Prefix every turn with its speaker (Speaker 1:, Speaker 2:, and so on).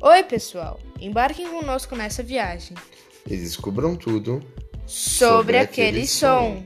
Speaker 1: Oi, pessoal! Embarquem conosco nessa viagem
Speaker 2: e descubram tudo
Speaker 1: sobre, aquele som.